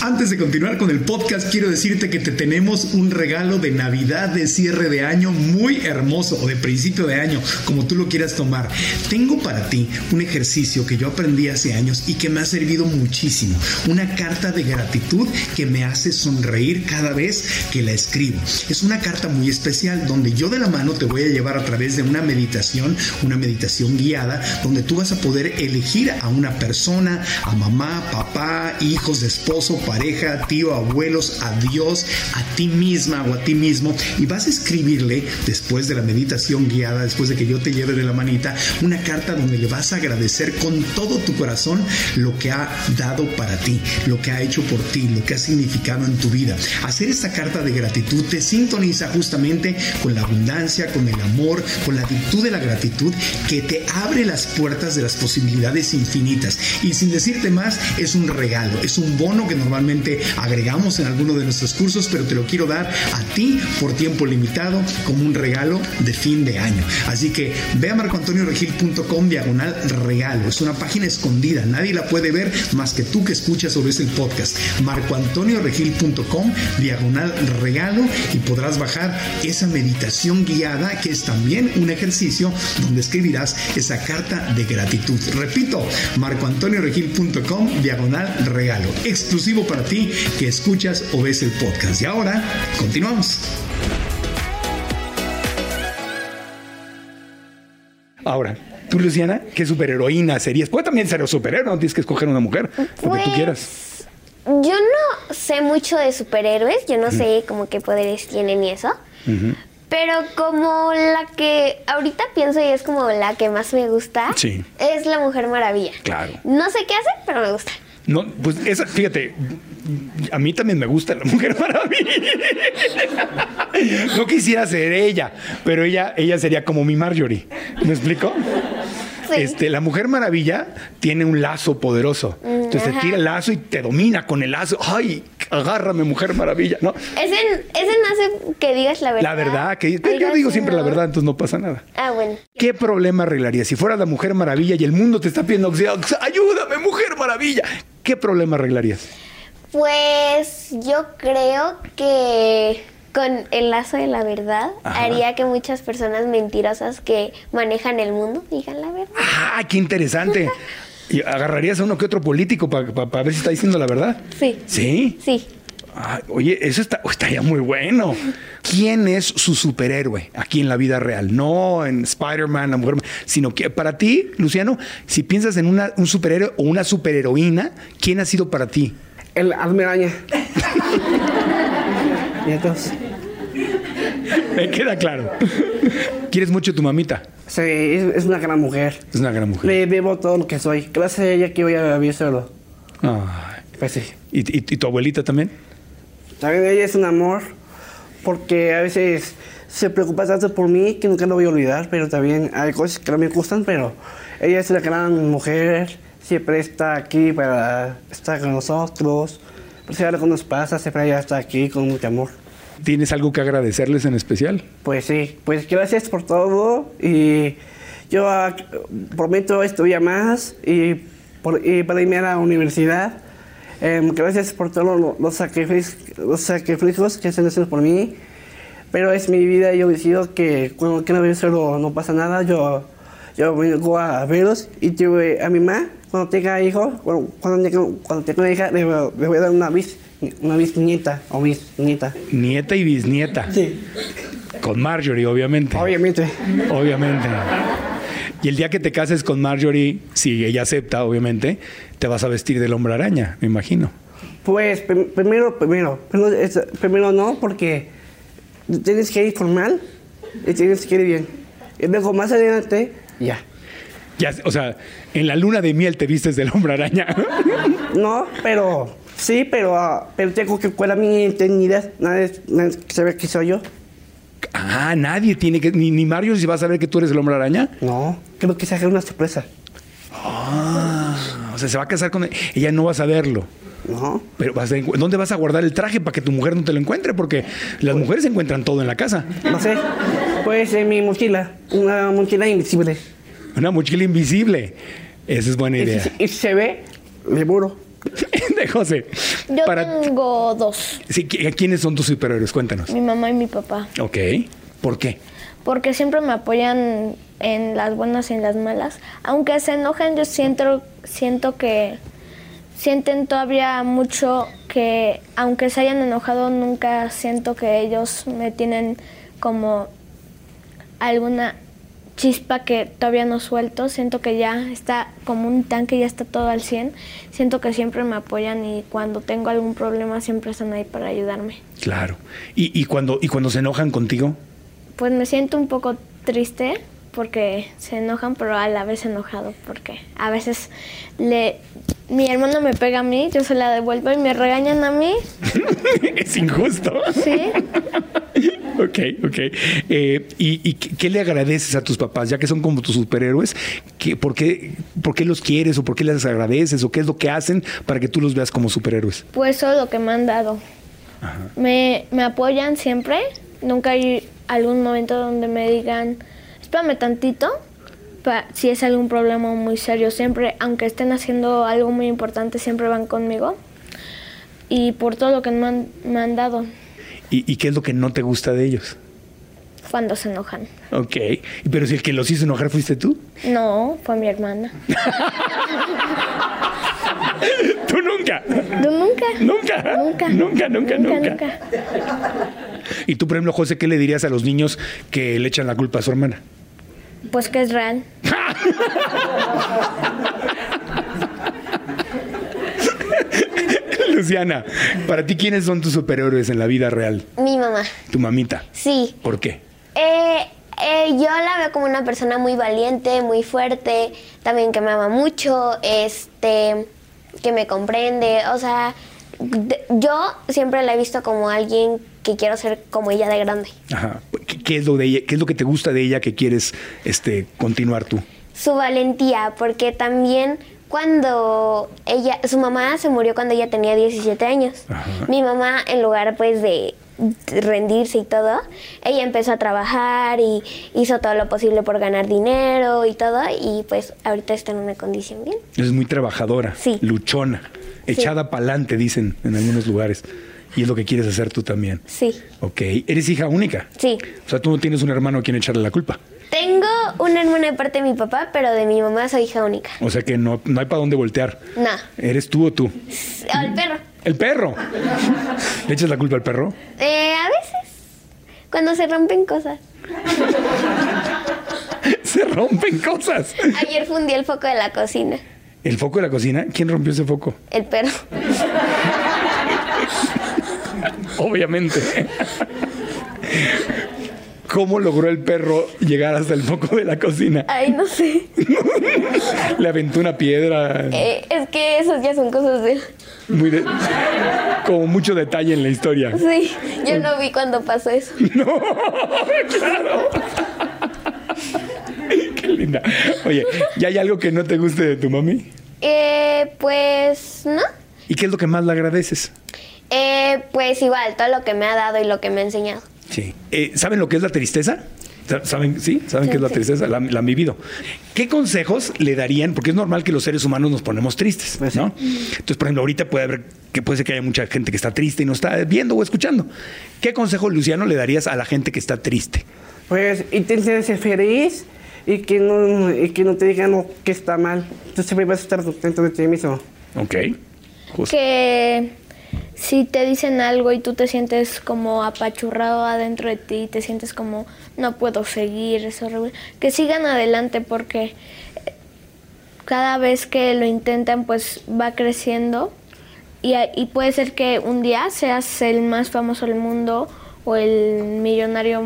[SPEAKER 6] Antes de continuar con el podcast, quiero decirte que te tenemos un regalo de Navidad de cierre de año muy hermoso o de principio de año, como tú lo quieras tomar. Tengo para ti un ejercicio que yo aprendí hace años y que me ha servido muchísimo. Una carta de gratitud que me hace sonreír cada vez que la escribo. Es una carta muy especial donde yo de la mano te voy a llevar a través de una meditación, una meditación guiada, donde tú vas a poder elegir a una persona, a mamá, papá, hijos de esposo, pareja, tío, abuelos, a Dios, a ti misma o a ti mismo, y vas a escribirle después de la meditación guiada, después de que yo te lleve de la manita, una carta donde le vas a agradecer con todo tu corazón lo que ha dado para ti, lo que ha hecho por ti, lo que ha significado en tu vida. Hacer esta carta de gratitud te sintoniza justamente con la abundancia, con el amor, con la virtud de la gratitud que te abre las puertas de las posibilidades infinitas. Y sin decirte más, es un regalo, es un bono que normalmente agregamos en alguno de nuestros cursos, pero te lo quiero dar a ti por tiempo limitado como un regalo de fin de año. Así que ve a marcoantonioregil.com diagonal regalo. Es una página escondida, nadie la puede ver más que tú que escuchas o ves el podcast. marcoantonioregil.com diagonal regalo y podrás bajar esa meditación guiada que es también un ejercicio donde escribirás esa carta de gratitud. Repito, marcoantonioregil.com diagonal regalo. Exclusivo para ti que escuchas o ves el podcast. Y ahora, continuamos.
[SPEAKER 2] Ahora, tú, Luciana, ¿qué superheroína serías? Puede también ser un superhéroe, no tienes que escoger una mujer, lo que tú
[SPEAKER 5] Pues,
[SPEAKER 2] quieras.
[SPEAKER 5] Yo no sé mucho de superhéroes, yo no sé como qué poderes tienen y eso. Pero como la que ahorita pienso y es como la que más me gusta,
[SPEAKER 2] Sí.
[SPEAKER 5] es la Mujer Maravilla.
[SPEAKER 2] Claro.
[SPEAKER 5] No sé qué hace, pero me gusta.
[SPEAKER 2] No, pues esa, fíjate, a mí también me gusta la Mujer Maravilla. No quisiera ser ella, pero ella, ella sería como mi Marjorie. ¿Me explico?
[SPEAKER 5] Sí.
[SPEAKER 2] Este, la Mujer Maravilla tiene un lazo poderoso. Entonces te
[SPEAKER 5] Mm, ajá.
[SPEAKER 2] tira el lazo y te domina con el lazo. ¡Ay! Agárrame, Mujer Maravilla. ¿No?
[SPEAKER 5] Ese, ese no hace que digas la verdad.
[SPEAKER 2] La verdad, que yo
[SPEAKER 5] Digas,
[SPEAKER 2] digo siempre la
[SPEAKER 5] no.
[SPEAKER 2] verdad, entonces no pasa nada.
[SPEAKER 5] Ah, bueno.
[SPEAKER 2] ¿Qué problema arreglarías? Si fuera la Mujer Maravilla y el mundo te está pidiendo auxilio, pues, ayúdame, Mujer Maravilla. ¿Qué problema arreglarías?
[SPEAKER 5] Pues yo creo que con el lazo de la verdad
[SPEAKER 2] Ajá.
[SPEAKER 5] haría que muchas personas mentirosas que manejan el mundo digan la verdad.
[SPEAKER 2] ¡Ah, qué interesante! ¿Y agarrarías a uno que otro político para ver si está diciendo la verdad?
[SPEAKER 5] Sí.
[SPEAKER 2] ¿Sí?
[SPEAKER 5] Sí.
[SPEAKER 2] Ah, oye, eso está, oh, estaría muy bueno. ¿Quién es su superhéroe aquí en la vida real? No en Spider-Man, la mujer, sino que para ti, Luciano, si piensas en una- un superhéroe o una superheroína, ¿quién ha sido para ti?
[SPEAKER 4] El almeraña. y entonces,
[SPEAKER 2] Me queda claro. ¿Quieres mucho a tu mamita?
[SPEAKER 4] sí, es, es una gran mujer.
[SPEAKER 2] Es una gran mujer.
[SPEAKER 4] Le debo todo lo que soy. Gracias a ella que voy a vivir solo.
[SPEAKER 2] Ay.
[SPEAKER 4] Pues sí.
[SPEAKER 2] Ah, ¿Y, y- y tu abuelita también?
[SPEAKER 4] También ella es un amor, porque a veces se preocupa tanto por mí que nunca lo voy a olvidar, pero también hay cosas que no me gustan, pero ella es una gran mujer, siempre está aquí para estar con nosotros, pues sea lo que nos pasa, siempre ella está aquí con mucho amor.
[SPEAKER 2] ¿Tienes algo que agradecerles en especial?
[SPEAKER 4] Pues sí, pues gracias por todo y yo ah, prometo estudiar más y, por, y para irme a la universidad. Em, gracias por todos lo- los, sacrific- los sacrificios que se han hecho por mí, pero es mi vida y yo decido que cuando quiero ver solo no pasa nada, yo, yo vengo a verlos y yo eh, a mi mamá cuando tenga hijo, bueno, cuando, tenga- cuando tenga una hija le, voy a- le voy a dar una bis, una bisnieta o bisnieta.
[SPEAKER 2] Nieta y bisnieta.
[SPEAKER 4] Sí,
[SPEAKER 2] Con Marjorie, obviamente.
[SPEAKER 4] obviamente.
[SPEAKER 2] Obviamente. Y el día que te cases con Marjorie, si ella acepta, obviamente, te vas a vestir del hombre araña, me imagino.
[SPEAKER 4] Pues prim- primero, primero, primero, es- primero no, porque tienes que ir formal y tienes que ir bien. Y luego más adelante, ya.
[SPEAKER 2] Ya, o sea, en la luna de miel te vistes del hombre araña.
[SPEAKER 4] No, pero sí, pero, ah, pero tengo que cuidar mi identidad. Nadie, nadie sabe que soy yo.
[SPEAKER 2] ah, nadie tiene que. Ni, ni Mario si va a saber que tú eres el hombre araña.
[SPEAKER 4] No, creo que se haga una sorpresa.
[SPEAKER 2] Ah, o sea, se va a casar con. Ella no va a saberlo.
[SPEAKER 4] No,
[SPEAKER 2] Pero vas a- ¿dónde vas a guardar el traje para que tu mujer no te lo encuentre? Porque las mujeres encuentran todo en la casa.
[SPEAKER 4] no sé. Pues en mi mochila, una mochila invisible.
[SPEAKER 2] Una mochila invisible. Esa es buena
[SPEAKER 4] Y
[SPEAKER 2] idea.
[SPEAKER 4] si, y si se ve, le muro.
[SPEAKER 2] De José.
[SPEAKER 3] Yo
[SPEAKER 2] Para,
[SPEAKER 3] tengo dos,
[SPEAKER 2] sí, ¿qui- ¿Quiénes son tus superhéroes? Cuéntanos.
[SPEAKER 3] mi mamá y mi papá,
[SPEAKER 2] Ok. ¿Por qué?
[SPEAKER 3] porque siempre me apoyan en las buenas y en las malas. Aunque se enojen, yo siento, siento que sienten todavía mucho que, aunque se hayan enojado, nunca siento que ellos me tienen como alguna chispa que todavía no suelto. Siento que ya está como un tanque, ya está todo al 100. Siento que siempre me apoyan y cuando tengo algún problema siempre están ahí para ayudarme.
[SPEAKER 2] Claro. ¿Y, y cuando, y cuando se enojan contigo?
[SPEAKER 3] Pues me siento un poco triste porque se enojan, pero a la vez enojado porque a veces le mi hermano me pega a mí, yo se la devuelvo y me regañan a mí,
[SPEAKER 2] es injusto.
[SPEAKER 3] ¿sí?
[SPEAKER 2] ok, ok. Eh, ¿Y, y qué qué le agradeces a tus papás? Ya que son como tus superhéroes, ¿qué- por, qué, ¿por qué los quieres o por qué les agradeces o qué es lo que hacen para que tú los veas como superhéroes?
[SPEAKER 3] Pues todo lo que me han dado. Me, me apoyan siempre. Nunca hay algún momento donde me digan, espérame tantito, pa- si es algún problema muy serio. Siempre, aunque estén haciendo algo muy importante, siempre van conmigo. Y por todo lo que me han, me han dado
[SPEAKER 2] ¿Y, y qué es lo que no te gusta de ellos?
[SPEAKER 3] cuando se enojan.
[SPEAKER 2] Ok. Pero si el que los hizo enojar fuiste tú.
[SPEAKER 3] No, fue mi hermana.
[SPEAKER 2] Tú nunca.
[SPEAKER 3] Yo nunca.
[SPEAKER 2] Nunca.
[SPEAKER 3] Nunca.
[SPEAKER 2] Nunca, nunca, nunca.
[SPEAKER 3] nunca.
[SPEAKER 2] Y tú, por ejemplo, José, ¿qué le dirías a los niños que le echan la culpa a su hermana?
[SPEAKER 3] Pues que es real.
[SPEAKER 2] Luciana, para ti, ¿quiénes son tus superhéroes en la vida real?
[SPEAKER 5] Mi mamá,
[SPEAKER 2] Tu mamita.
[SPEAKER 5] sí.
[SPEAKER 2] ¿Por qué?
[SPEAKER 5] Eh, eh, yo la veo como una persona muy valiente, muy fuerte, también que me ama mucho, este, que me comprende, o sea, de- yo siempre la he visto como alguien que quiero ser como ella de grande.
[SPEAKER 2] Ajá. ¿Qué, qué es lo de ella? ¿Qué es lo que te gusta de ella que quieres este, continuar tú?
[SPEAKER 5] Su valentía, porque también cuando ella, su mamá se murió cuando ella tenía 17 años.
[SPEAKER 2] Ajá.
[SPEAKER 5] Mi mamá, en lugar pues de rendirse y todo, ella empezó a trabajar y hizo todo lo posible por ganar dinero y todo, y pues ahorita está en una condición bien.
[SPEAKER 2] Es muy trabajadora,
[SPEAKER 5] Sí.
[SPEAKER 2] luchona, echada pa'lante, dicen en algunos lugares. Y es lo que quieres hacer tú también.
[SPEAKER 5] Sí,
[SPEAKER 2] Ok. ¿Eres hija única?
[SPEAKER 5] sí.
[SPEAKER 2] O sea, tú no tienes un hermano a quien echarle la culpa.
[SPEAKER 5] Tengo una hermana de parte de mi papá, pero de mi mamá soy hija única.
[SPEAKER 2] O sea que no, no hay para dónde voltear.
[SPEAKER 5] No,
[SPEAKER 2] ¿Eres tú o tú?
[SPEAKER 5] al perro.
[SPEAKER 2] El perro. ¿Le echas la culpa al perro?
[SPEAKER 5] Eh, a veces, cuando se rompen cosas.
[SPEAKER 2] Se rompen cosas.
[SPEAKER 5] Ayer fundí el foco de la cocina,
[SPEAKER 2] ¿El foco de la cocina? ¿Quién rompió ese foco?
[SPEAKER 5] el perro.
[SPEAKER 2] Obviamente. ¿Cómo logró el perro llegar hasta el foco de la cocina?
[SPEAKER 5] Ay, no sé.
[SPEAKER 2] Le aventó una piedra.
[SPEAKER 5] Eh, es que esas ya son cosas de...
[SPEAKER 2] Muy de- Con mucho detalle en la historia.
[SPEAKER 5] Sí, yo no vi cuando pasó eso.
[SPEAKER 2] No, claro. Qué linda. Oye, ¿y hay algo que no te guste de tu mami?
[SPEAKER 5] Eh, pues no.
[SPEAKER 2] ¿Y qué es lo que más le agradeces?
[SPEAKER 5] Eh, pues igual, todo lo que me ha dado y lo que me ha enseñado.
[SPEAKER 2] Sí. Eh, ¿Saben lo que es la tristeza? Sa- ¿Saben? Sí, saben qué es la tristeza, la, la han vivido. ¿Qué consejos le darían? Porque es normal que los seres humanos nos ponemos tristes,
[SPEAKER 4] Pues sí.
[SPEAKER 2] ¿no? Entonces, por ejemplo, ahorita puede haber que puede ser que haya mucha gente que está triste y no está viendo o escuchando. ¿Qué consejo, Luciano, le darías a la gente que está triste?
[SPEAKER 4] Pues intenta ser feliz y que no, y que no te digan lo que está mal. Tú siempre vas a estar contento de ti mismo.
[SPEAKER 2] Ok. Justo.
[SPEAKER 3] Que si te dicen algo y tú te sientes como apachurrado adentro de ti, te sientes como no puedo seguir, es horrible. Que sigan adelante porque eh, cada vez que lo intentan pues va creciendo y, a- y puede ser que un día seas el más famoso del mundo o el millonario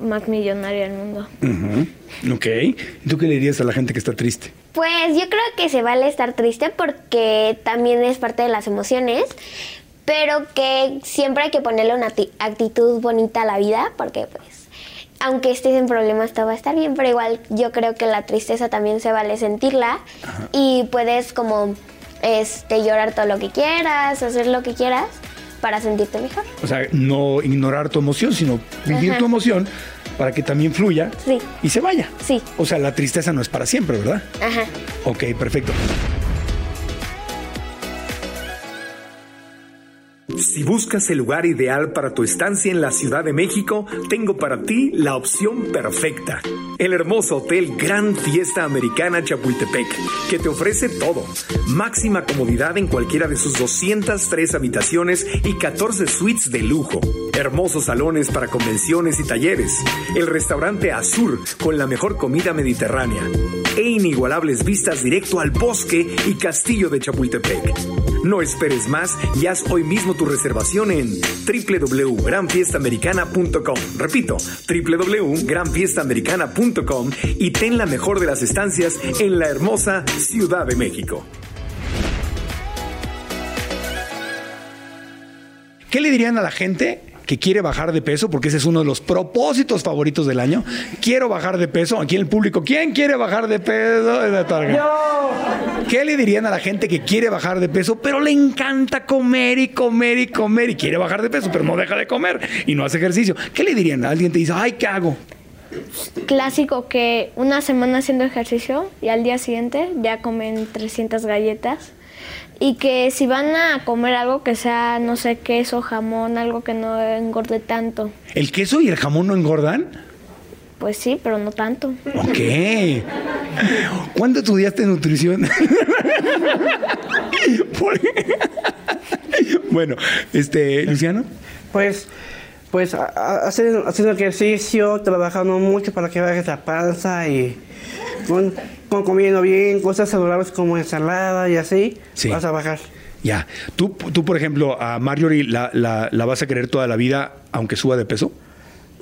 [SPEAKER 3] más millonario del mundo.
[SPEAKER 2] Ujú. Ok. ¿Tú qué le dirías a la gente que está triste?
[SPEAKER 5] Pues yo creo que se vale estar triste porque también es parte de las emociones, pero que siempre hay que ponerle una acti- actitud bonita a la vida porque pues aunque estés en problemas todo va a estar bien, pero igual yo creo que la tristeza también se vale sentirla y puedes como este llorar todo lo que quieras, hacer lo que quieras para sentirte mejor.
[SPEAKER 2] O sea, no ignorar tu emoción, sino vivir
[SPEAKER 5] Ajá.
[SPEAKER 2] tu emoción para que también fluya
[SPEAKER 5] Sí.
[SPEAKER 2] y se vaya.
[SPEAKER 5] Sí.
[SPEAKER 2] O sea, la tristeza no es para siempre, ¿verdad?
[SPEAKER 5] Ajá.
[SPEAKER 2] Ok, perfecto.
[SPEAKER 7] Si buscas el lugar ideal para tu estancia en la Ciudad de México, tengo para ti la opción perfecta. El hermoso hotel Gran Fiesta Americana Chapultepec, que te ofrece todo. Máxima comodidad en cualquiera de sus 203 habitaciones y 14 suites de lujo. Hermosos salones para convenciones y talleres. El restaurante Azur con la mejor comida mediterránea. E inigualables vistas directo al bosque y castillo de Chapultepec. No esperes más y haz hoy mismo tu reservación en www.granfiestaamericana.com. Repito, www.granfiestaamericana.com y ten la mejor de las estancias en la hermosa Ciudad de México.
[SPEAKER 2] ¿Qué le dirían a la gente que quiere bajar de peso? Porque ese es uno de los propósitos favoritos del año. Quiero bajar de peso. Aquí en el público, ¿quién quiere bajar de peso? En la targa. ¿Qué le dirían a la gente que quiere bajar de peso, pero le encanta comer y comer y comer y quiere bajar de peso, pero no deja de comer y no hace ejercicio? ¿Qué le dirían? Alguien te dice, ay, ¿qué hago?
[SPEAKER 3] clásico que una semana haciendo ejercicio y al día siguiente ya comen 300 galletas. Y que si van a comer algo que sea, no sé, queso, jamón, algo que no engorde tanto.
[SPEAKER 2] ¿El queso y el jamón no engordan?
[SPEAKER 3] Pues sí, pero no tanto.
[SPEAKER 2] Ok. ¿Cuándo estudiaste nutrición? Por- bueno, este, Luciano.
[SPEAKER 4] Pues, pues a- a- hacer- haciendo ejercicio, trabajando mucho para que bajes la panza y con, con comiendo bien, cosas saludables como ensalada y así,
[SPEAKER 2] Sí.
[SPEAKER 4] vas a bajar.
[SPEAKER 2] Ya. ¿Tú, tú por ejemplo, a Marjorie la, la, la vas a querer toda la vida, aunque suba de peso?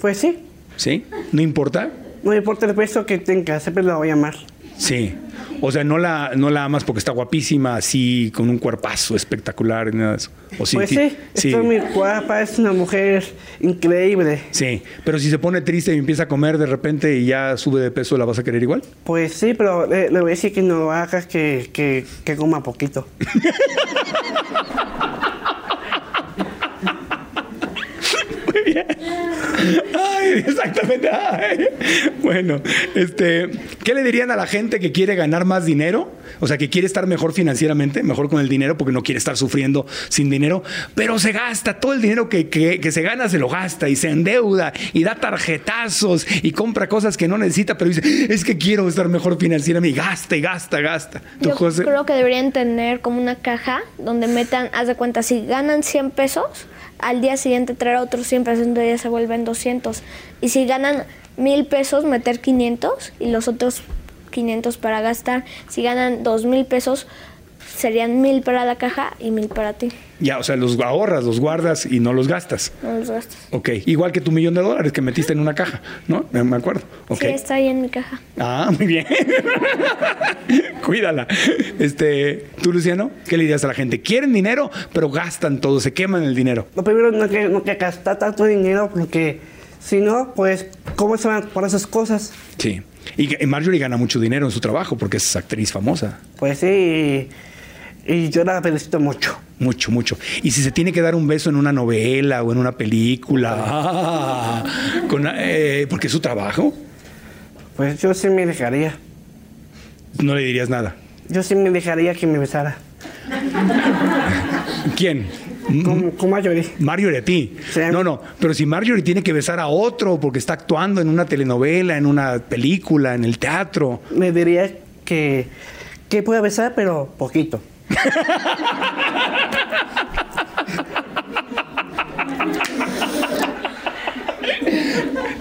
[SPEAKER 4] Pues sí,
[SPEAKER 2] ¿Sí? ¿No importa?
[SPEAKER 4] no importa el peso que tenga, siempre la voy a amar.
[SPEAKER 2] Sí. O sea, no la, no la amas porque está guapísima, así, con un cuerpazo espectacular, nada de eso. O sí,
[SPEAKER 4] pues
[SPEAKER 2] ti-
[SPEAKER 4] sí,
[SPEAKER 2] sí.
[SPEAKER 4] estoy muy guapa, es una mujer increíble.
[SPEAKER 2] Sí, pero si se pone triste y empieza a comer de repente y ya sube de peso, ¿la vas a querer igual?
[SPEAKER 4] Pues sí, pero le, le voy a decir que no hagas que, que, que coma poquito.
[SPEAKER 2] Ay, exactamente. ay. Bueno, este, ¿qué le dirían a la gente que quiere ganar más dinero? O sea, que quiere estar mejor financieramente, mejor con el dinero, porque no quiere estar sufriendo sin dinero, pero se gasta todo el dinero que, que- que se gana, se lo gasta y se endeuda y da tarjetazos y compra cosas que no necesita, pero dice, es que quiero estar mejor financieramente y gasta y gasta, gasta. Tú,
[SPEAKER 3] Yo
[SPEAKER 2] José,
[SPEAKER 3] creo que deberían tener como una caja Ah, donde metan, haz de cuenta, si ganan 100 pesos, al día siguiente traer otros 100 pesos, entonces ya se vuelven 200. Y si ganan 1000 pesos, meter 500 y los otros 500 para gastar. Si ganan 2000 pesos, serían 1000 para la caja y 1000 para ti.
[SPEAKER 2] ya, o sea, los ahorras, los guardas y no los gastas.
[SPEAKER 3] No los gastas.
[SPEAKER 2] Ok, igual que tu millón de dólares que metiste en una caja, ¿no? Me me acuerdo. Ok.
[SPEAKER 3] Sí, está ahí en mi caja.
[SPEAKER 2] Ah, muy bien. Cuídala. Este, tú, Luciano, ¿qué le dirías a la gente? Quieren dinero, pero gastan todo, se queman el dinero.
[SPEAKER 4] Lo primero no que, no que gastar tanto dinero porque si no, pues, ¿cómo se van por esas cosas?
[SPEAKER 2] Sí. Y que- Marjorie gana mucho dinero en su trabajo porque es actriz famosa.
[SPEAKER 4] Pues sí, y, y yo la felicito mucho.
[SPEAKER 2] Mucho, mucho. Y si se tiene que dar un beso en una novela o en una película, ah, con, eh, porque es su trabajo,
[SPEAKER 4] Pues yo sí me dejaría.
[SPEAKER 2] no le dirías nada.
[SPEAKER 4] Yo sí me dejaría que me besara.
[SPEAKER 2] ¿Quién?
[SPEAKER 4] Con, con Marjorie.
[SPEAKER 2] Marjorie a ti.
[SPEAKER 4] Sí.
[SPEAKER 2] No, no, pero si Marjorie tiene que besar a otro porque está actuando en una telenovela, en una película, en el teatro.
[SPEAKER 4] Me diría que, que pueda besar, pero poquito.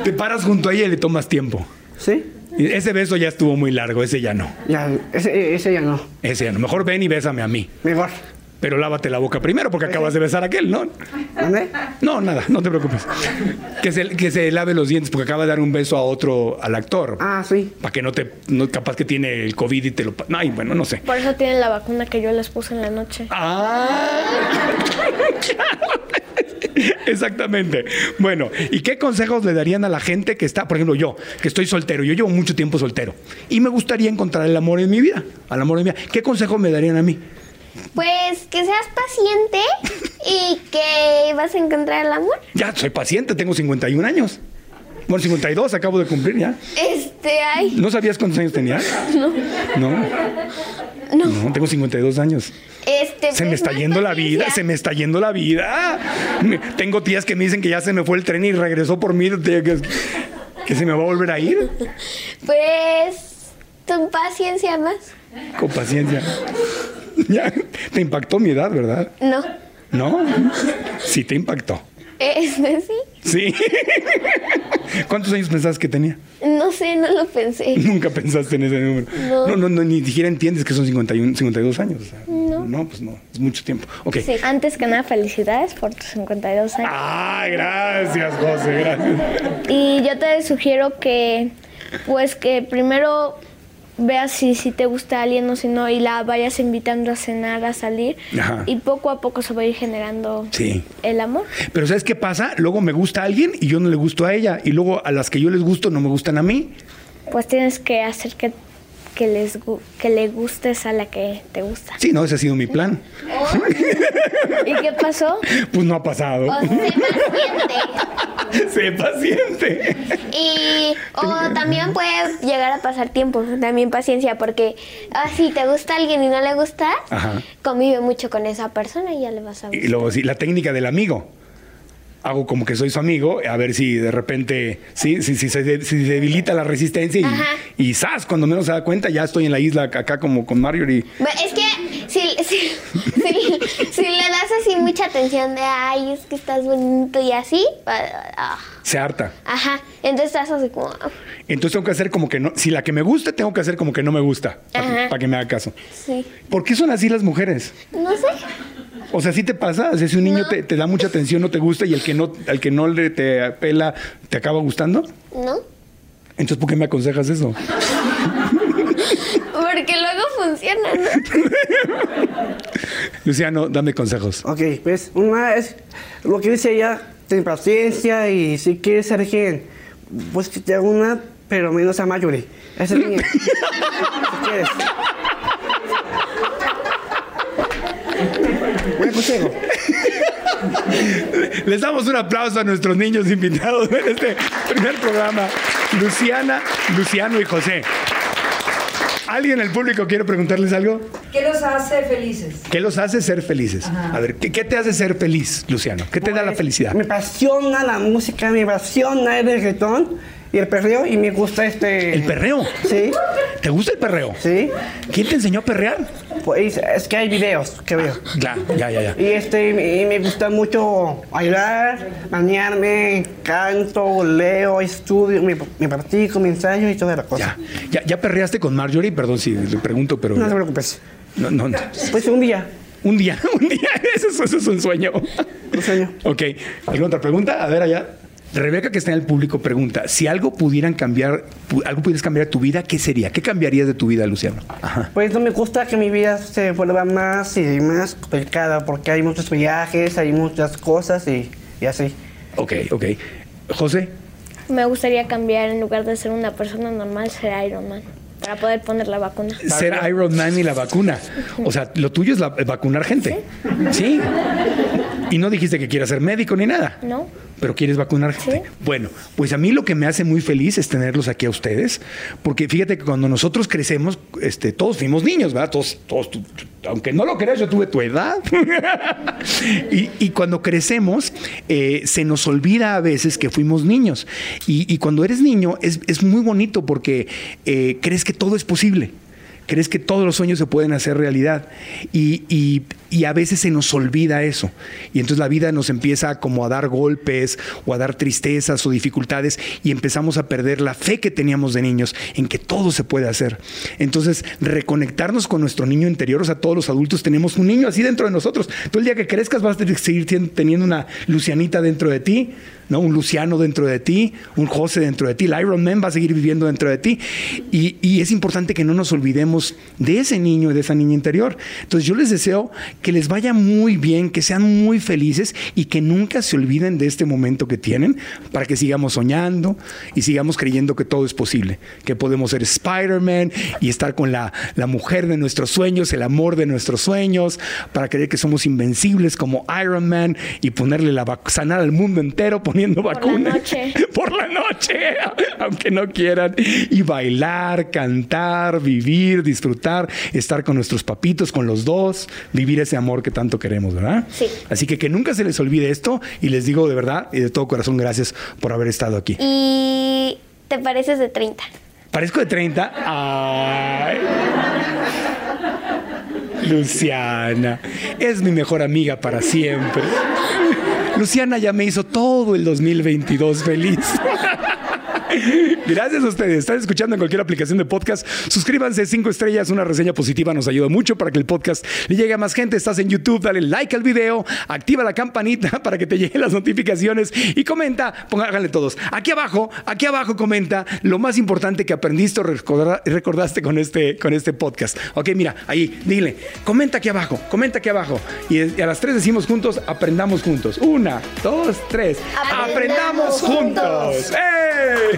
[SPEAKER 2] Te paras junto a ella y le tomas tiempo.
[SPEAKER 4] ¿Sí?
[SPEAKER 2] Y Ese beso ya estuvo muy largo, ese ya no.
[SPEAKER 4] Ya, ese, ese ya no.
[SPEAKER 2] Ese ya no. Mejor ven y bésame a mí.
[SPEAKER 4] Mejor.
[SPEAKER 2] Pero lávate la boca primero porque acabas de besar a aquel, ¿no?
[SPEAKER 4] ¿Dónde?
[SPEAKER 2] No, nada, no te preocupes. Que se, que se lave los dientes porque acaba de dar un beso a otro, al actor.
[SPEAKER 4] Ah, sí.
[SPEAKER 2] Para que no te, no, capaz que tiene el COVID y te lo... pa- Ay, bueno, no sé.
[SPEAKER 3] Por eso tienen la vacuna que yo les puse en la noche.
[SPEAKER 2] Ah, Exactamente. Bueno, ¿y qué consejos le darían a la gente que está, por ejemplo, yo, que estoy soltero, yo llevo mucho tiempo soltero y me gustaría encontrar el amor en mi vida, al amor en mi vida? ¿Qué consejos me darían a mí?
[SPEAKER 5] Pues que seas paciente y que vas a encontrar el amor.
[SPEAKER 2] Ya soy paciente, tengo 51 años. Bueno, 52 acabo de cumplir ya.
[SPEAKER 5] Este, ay,
[SPEAKER 2] ¿No sabías cuántos años tenía? No. No.
[SPEAKER 5] no.
[SPEAKER 2] No, tengo 52 años.
[SPEAKER 5] Este,
[SPEAKER 2] Se me
[SPEAKER 5] pues,
[SPEAKER 2] está
[SPEAKER 5] más
[SPEAKER 2] yendo la
[SPEAKER 5] paciencia.
[SPEAKER 2] vida, se me está yendo la vida. Me- tengo tías que me dicen que ya se me fue el tren y regresó por mí, de- que, que se me va a volver a ir.
[SPEAKER 5] Pues, con paciencia más.
[SPEAKER 2] Con paciencia. Ya, te impactó mi edad, ¿verdad?
[SPEAKER 5] No.
[SPEAKER 2] ¿No? Sí, te impactó.
[SPEAKER 5] Este, sí.
[SPEAKER 2] Sí. ¿Cuántos años pensabas que tenía?
[SPEAKER 5] No sé, no lo pensé.
[SPEAKER 2] Nunca pensaste en ese número. No,
[SPEAKER 5] No.
[SPEAKER 2] no, no, ni siquiera entiendes que son 51, 52 años. o sea, no. pues no, es mucho tiempo. Ok.
[SPEAKER 3] Sí. Antes que nada, felicidades por tus 52 años.
[SPEAKER 2] Ah, gracias, José, gracias.
[SPEAKER 3] Y yo te sugiero que, pues que primero veas si, si te gusta alguien o si no y la vayas invitando a cenar, a salir.
[SPEAKER 2] Ajá.
[SPEAKER 3] Y poco a poco se va a ir generando
[SPEAKER 2] Sí.
[SPEAKER 3] el amor.
[SPEAKER 2] Pero ¿sabes qué pasa? Luego me gusta a alguien y yo no le gusto a ella. Y luego a las que yo les gusto no me gustan a mí.
[SPEAKER 3] Pues tienes que hacer que, que, les, gu- que le gustes a la que te gusta.
[SPEAKER 2] Sí, no, ese ha sido mi plan.
[SPEAKER 3] ¿Y qué pasó?
[SPEAKER 2] Pues no ha pasado.
[SPEAKER 5] O sé paciente.
[SPEAKER 2] sé paciente.
[SPEAKER 5] Y, o también puede llegar a pasar tiempo, también paciencia, porque ah, si te gusta alguien y no le gusta,
[SPEAKER 2] Ajá.
[SPEAKER 5] convive mucho con esa persona y ya le vas a
[SPEAKER 2] Y
[SPEAKER 5] gustar.
[SPEAKER 2] luego sí, la técnica del amigo. Hago como que soy su amigo, a ver si de repente, sí, sí, sí, se, de- si se debilita la resistencia
[SPEAKER 5] Ajá.
[SPEAKER 2] y, y ¡zas! Cuando menos se da cuenta, ya estoy en la isla acá como con Marjorie.
[SPEAKER 5] Bueno, Es que si, si, si- si le das así mucha atención de, ay, es que estás bonito y así, ah, ah,
[SPEAKER 2] Se harta.
[SPEAKER 5] ajá, entonces estás así como, ah,
[SPEAKER 2] Entonces tengo que hacer como que no. Si la que me gusta, tengo que hacer como que no me gusta. Para que,
[SPEAKER 5] Ajá.
[SPEAKER 2] pa' que me haga caso.
[SPEAKER 5] sí,
[SPEAKER 2] ¿Por qué son así las mujeres?
[SPEAKER 5] no sé,
[SPEAKER 2] O sea, si te pasa? O sea, si un niño
[SPEAKER 5] No.
[SPEAKER 2] te, te da mucha atención, no te gusta y el que no, al que no le te apela, te acaba gustando.
[SPEAKER 5] ¿no?
[SPEAKER 2] Entonces, ¿por qué me aconsejas eso?
[SPEAKER 5] Porque luego funciona, ¿no?
[SPEAKER 2] Luciano, dame consejos.
[SPEAKER 4] Ok, pues una es lo que dice ella, ten paciencia y si quieres ser quien, pues que te haga una, pero menos a Mayuri. Esa es mía. si quieres. Buen consejo.
[SPEAKER 2] Les damos un aplauso a nuestros niños invitados en este primer programa. Luciana, Luciano y José. ¿Alguien en el público quiere preguntarles algo?
[SPEAKER 8] ¿Qué los hace felices?
[SPEAKER 2] ¿Qué los hace ser felices? A ver, ¿qué, qué te hace ser feliz, Luciano? ¿Qué te da la felicidad?
[SPEAKER 4] Pues, Me apasiona la música, me apasiona el reggaetón y el perreo y me gusta este...
[SPEAKER 2] ¿El perreo?
[SPEAKER 4] Sí,
[SPEAKER 2] ¿Te gusta el perreo?
[SPEAKER 4] sí.
[SPEAKER 2] ¿Quién te enseñó a perrear?
[SPEAKER 4] Pues es que hay videos que veo.
[SPEAKER 2] Ya, ya, ya, ya.
[SPEAKER 4] Y este, y me gusta mucho bailar, bañarme, canto, leo, estudio, me, me practico, me ensayo y toda la cosa.
[SPEAKER 2] Ya, ya, ya perreaste con Marjorie, perdón si le pregunto, pero.
[SPEAKER 4] No te preocupes.
[SPEAKER 2] No, no, no.
[SPEAKER 4] Pues un día.
[SPEAKER 2] Un día, un día, eso, es- eso es un sueño.
[SPEAKER 4] Un sueño.
[SPEAKER 2] Ok, ¿alguna otra pregunta? A ver, allá. Rebeca, que está en el público, pregunta: si algo pudieran cambiar, pu- algo pudieras cambiar a tu vida, ¿qué sería? ¿Qué cambiarías de tu vida, Luciano? Ajá.
[SPEAKER 4] Pues no me gusta que mi vida se vuelva más y más complicada porque hay muchos viajes, hay muchas cosas y, y así.
[SPEAKER 2] Ok, ok. José,
[SPEAKER 3] Me gustaría cambiar, en lugar de ser una persona normal, ser Iron Man. Para poder poner la vacuna.
[SPEAKER 2] ser Iron Man y la vacuna. O sea, lo tuyo es la- vacunar gente. Sí. Y no dijiste que quieras ser médico ni nada.
[SPEAKER 3] No.
[SPEAKER 2] Pero quieres vacunar gente.
[SPEAKER 3] Sí.
[SPEAKER 2] Bueno, pues a mí lo que me hace muy feliz es tenerlos aquí a ustedes, porque fíjate que cuando nosotros crecemos, este, todos fuimos niños, ¿verdad? Todos, todos, tú- tú- aunque no lo creas, yo tuve tu edad. y, y cuando crecemos, eh, se nos olvida a veces que fuimos niños. Y, y cuando eres niño es, es muy bonito porque eh, crees que todo es posible crees que todos los sueños se pueden hacer realidad y, y- y a veces se nos olvida eso y entonces la vida nos empieza como a dar golpes o a dar tristezas o dificultades y empezamos a perder la fe que teníamos de niños en que todo se puede hacer entonces reconectarnos con nuestro niño interior o sea todos los adultos tenemos un niño así dentro de nosotros tú el día que crezcas vas a tener que seguir tien- teniendo una lucianita dentro de ti ¿no? Un Luciano dentro de ti, un José dentro de ti, el Iron Man va a seguir viviendo dentro de ti. Y, y es importante que no nos olvidemos de ese niño y de esa niña interior. Entonces yo les deseo que les vaya muy bien, que sean muy felices y que nunca se olviden de este momento que tienen para que sigamos soñando y sigamos creyendo que todo es posible, que podemos ser Spider-Man y estar con la, la mujer de nuestros sueños, el amor de nuestros sueños, para creer que somos invencibles como Iron Man y ponerle la vac- sanar al mundo entero poniendo
[SPEAKER 3] la
[SPEAKER 2] vacunas.
[SPEAKER 3] noche.
[SPEAKER 2] Por la noche, aunque no quieran. Y bailar, cantar, vivir, disfrutar, estar con nuestros papitos, con los dos, vivir ese amor que tanto queremos, ¿verdad?
[SPEAKER 5] Sí.
[SPEAKER 2] Así que que nunca se les olvide esto y les digo de verdad y de todo corazón gracias por haber estado aquí.
[SPEAKER 5] Y te pareces de 30.
[SPEAKER 2] Parezco de 30. Ay. Luciana, es mi mejor amiga para siempre. Luciana ya me hizo todo el 2022 feliz. Gracias a ustedes. Están escuchando en cualquier aplicación de podcast. Suscríbanse, cinco estrellas, una reseña positiva nos ayuda mucho para que el podcast le llegue a más gente. Estás en YouTube, dale like al video, activa la campanita para que te lleguen las notificaciones y comenta, ponga- háganle todos. Aquí abajo, aquí abajo comenta lo más importante que aprendiste o recorda- recordaste con este, con este podcast. Ok, mira, ahí, dile, comenta aquí abajo, comenta aquí abajo. Y y a las tres decimos juntos, aprendamos juntos. Una, dos, tres. Aprendamos,
[SPEAKER 5] Aprendamos juntos.
[SPEAKER 2] juntos. ¡Ey!